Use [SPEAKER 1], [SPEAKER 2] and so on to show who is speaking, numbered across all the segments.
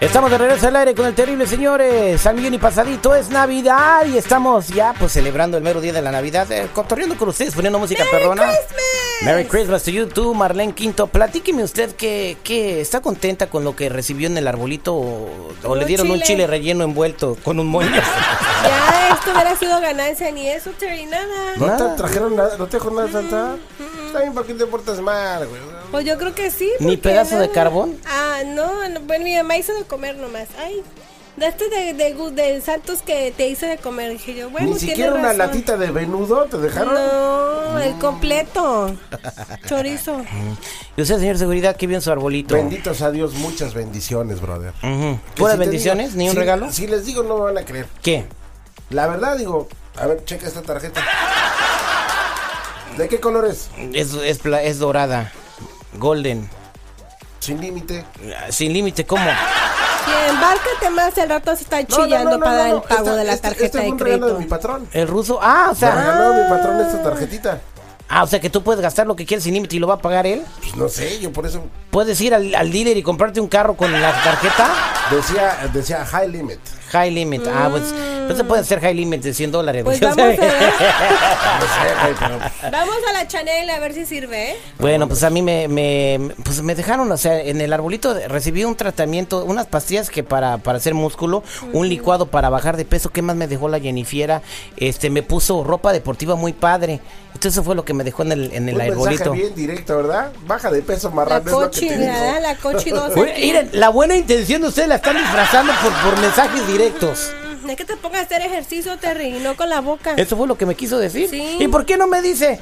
[SPEAKER 1] Estamos de regreso al aire con el terrible señores. San Millón y pasadito es Navidad y estamos ya pues celebrando el mero día de la Navidad, eh, cotorreando con ustedes, poniendo música
[SPEAKER 2] ¡Merry
[SPEAKER 1] perrona.
[SPEAKER 2] Christmas!
[SPEAKER 1] Merry Christmas to you too, Marlene Quinto. Platíqueme usted que, que está contenta con lo que recibió en el arbolito o, o le
[SPEAKER 2] Un
[SPEAKER 1] dieron un
[SPEAKER 2] chile.
[SPEAKER 1] chile relleno envuelto con un moño.
[SPEAKER 2] Ya, esto hubiera sido ganancia ni eso, Terry, nada.
[SPEAKER 3] ¿No
[SPEAKER 1] Nada.
[SPEAKER 3] te trajeron nada? ¿No te dejó nada de Santa? Está bien, ¿por qué te portas mal, güey?
[SPEAKER 2] Pues yo creo que sí.
[SPEAKER 1] ¿Ni
[SPEAKER 2] porque
[SPEAKER 1] pedazo de
[SPEAKER 2] nada.
[SPEAKER 1] carbón?
[SPEAKER 2] Ah, no, no, bueno, mi mamá hizo de comer nomás. Ay, daste de, de, gu- de Santos que te hizo de comer. Dije yo, bueno,
[SPEAKER 3] Ni
[SPEAKER 2] tiene
[SPEAKER 3] siquiera una
[SPEAKER 2] razón.
[SPEAKER 3] latita de venudo te dejaron.
[SPEAKER 2] No, el completo. Chorizo.
[SPEAKER 1] y usted, señor seguridad, que bien su arbolito.
[SPEAKER 3] Benditos a Dios, muchas bendiciones, brother.
[SPEAKER 1] Ujú.
[SPEAKER 3] Que
[SPEAKER 1] Mm. ¿Puras
[SPEAKER 3] si te
[SPEAKER 1] bendiciones?
[SPEAKER 3] digo-
[SPEAKER 1] ¿Ni un
[SPEAKER 3] si-
[SPEAKER 1] regalo?
[SPEAKER 3] Si les digo, no me van a creer.
[SPEAKER 1] ¿Qué?
[SPEAKER 3] La verdad, digo, a ver, checa esta tarjeta. ¿De qué color es?
[SPEAKER 1] Es, es, pla- es dorada, golden,
[SPEAKER 3] Sin límite.
[SPEAKER 1] Ah, sin límite, ¿cómo?
[SPEAKER 2] Y embárcate más, el rato se está
[SPEAKER 3] No, no, no,
[SPEAKER 2] chillando
[SPEAKER 3] no,
[SPEAKER 2] para
[SPEAKER 3] no,
[SPEAKER 2] dar
[SPEAKER 3] no.
[SPEAKER 2] el pago
[SPEAKER 3] Esta-
[SPEAKER 2] de la
[SPEAKER 3] esta-
[SPEAKER 2] tarjeta
[SPEAKER 3] este fue
[SPEAKER 2] de
[SPEAKER 3] un regalo
[SPEAKER 2] crédito.
[SPEAKER 3] de mi patrón.
[SPEAKER 1] ¿El ruso? Ah, o
[SPEAKER 3] Me
[SPEAKER 1] sea.
[SPEAKER 3] regaló mi patrón esta tarjetita.
[SPEAKER 1] Ah, o sea que tú puedes gastar lo que quieras sin límite y lo va a pagar él.
[SPEAKER 3] Pues no sé, yo por eso
[SPEAKER 1] Puedes ir al, al dealer y comprarte un carro con la tarjeta
[SPEAKER 3] decía, decía high limit.
[SPEAKER 1] High Limit. Ah, pues no se puede hacer High Limit de 100 dólares.
[SPEAKER 2] Pues
[SPEAKER 1] güey, o
[SPEAKER 2] vamos
[SPEAKER 1] sea.
[SPEAKER 2] a,
[SPEAKER 3] No sé, güey, pero
[SPEAKER 2] vamos a la Chanel a ver si sirve, ¿eh?
[SPEAKER 1] Bueno, pues a mí me, me- pues me dejaron, o sea, en el arbolito recibí un tratamiento, unas pastillas que para, para hacer músculo, un licuado para bajar de peso, ¿qué más me dejó la Jennifiera? Este, me puso ropa deportiva muy padre. Entonces eso fue lo que me dejó en el, en el
[SPEAKER 3] un mensaje
[SPEAKER 1] arbolito.
[SPEAKER 3] bien directo, ¿verdad? Baja de peso,
[SPEAKER 2] La
[SPEAKER 3] marrano, es lo que
[SPEAKER 2] cochi,
[SPEAKER 3] te digo.
[SPEAKER 2] ¿verdad? La cochi 2.
[SPEAKER 1] Bueno, miren, la buena intención de ustedes la están disfrazando por, por mensajes directos.
[SPEAKER 2] Mm, Es que te pongas a hacer ejercicio, Terry, y no con la boca.
[SPEAKER 1] Eso fue lo que me quiso decir.
[SPEAKER 2] Sí.
[SPEAKER 1] ¿Y por qué no me dice?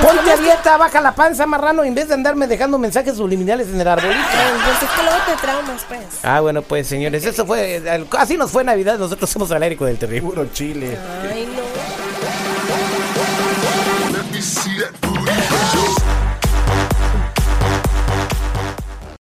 [SPEAKER 1] Ponte a dieta, baja la panza, marrano, en vez de andarme dejando mensajes subliminales en el arbolito.
[SPEAKER 2] Ay, pues es que luego te traumas, pues.
[SPEAKER 1] Ah, bueno, pues señores, eso fue. Así nos fue Navidad. Nosotros somos al aire con el terrible.
[SPEAKER 3] Puro chile.
[SPEAKER 2] Ay, no.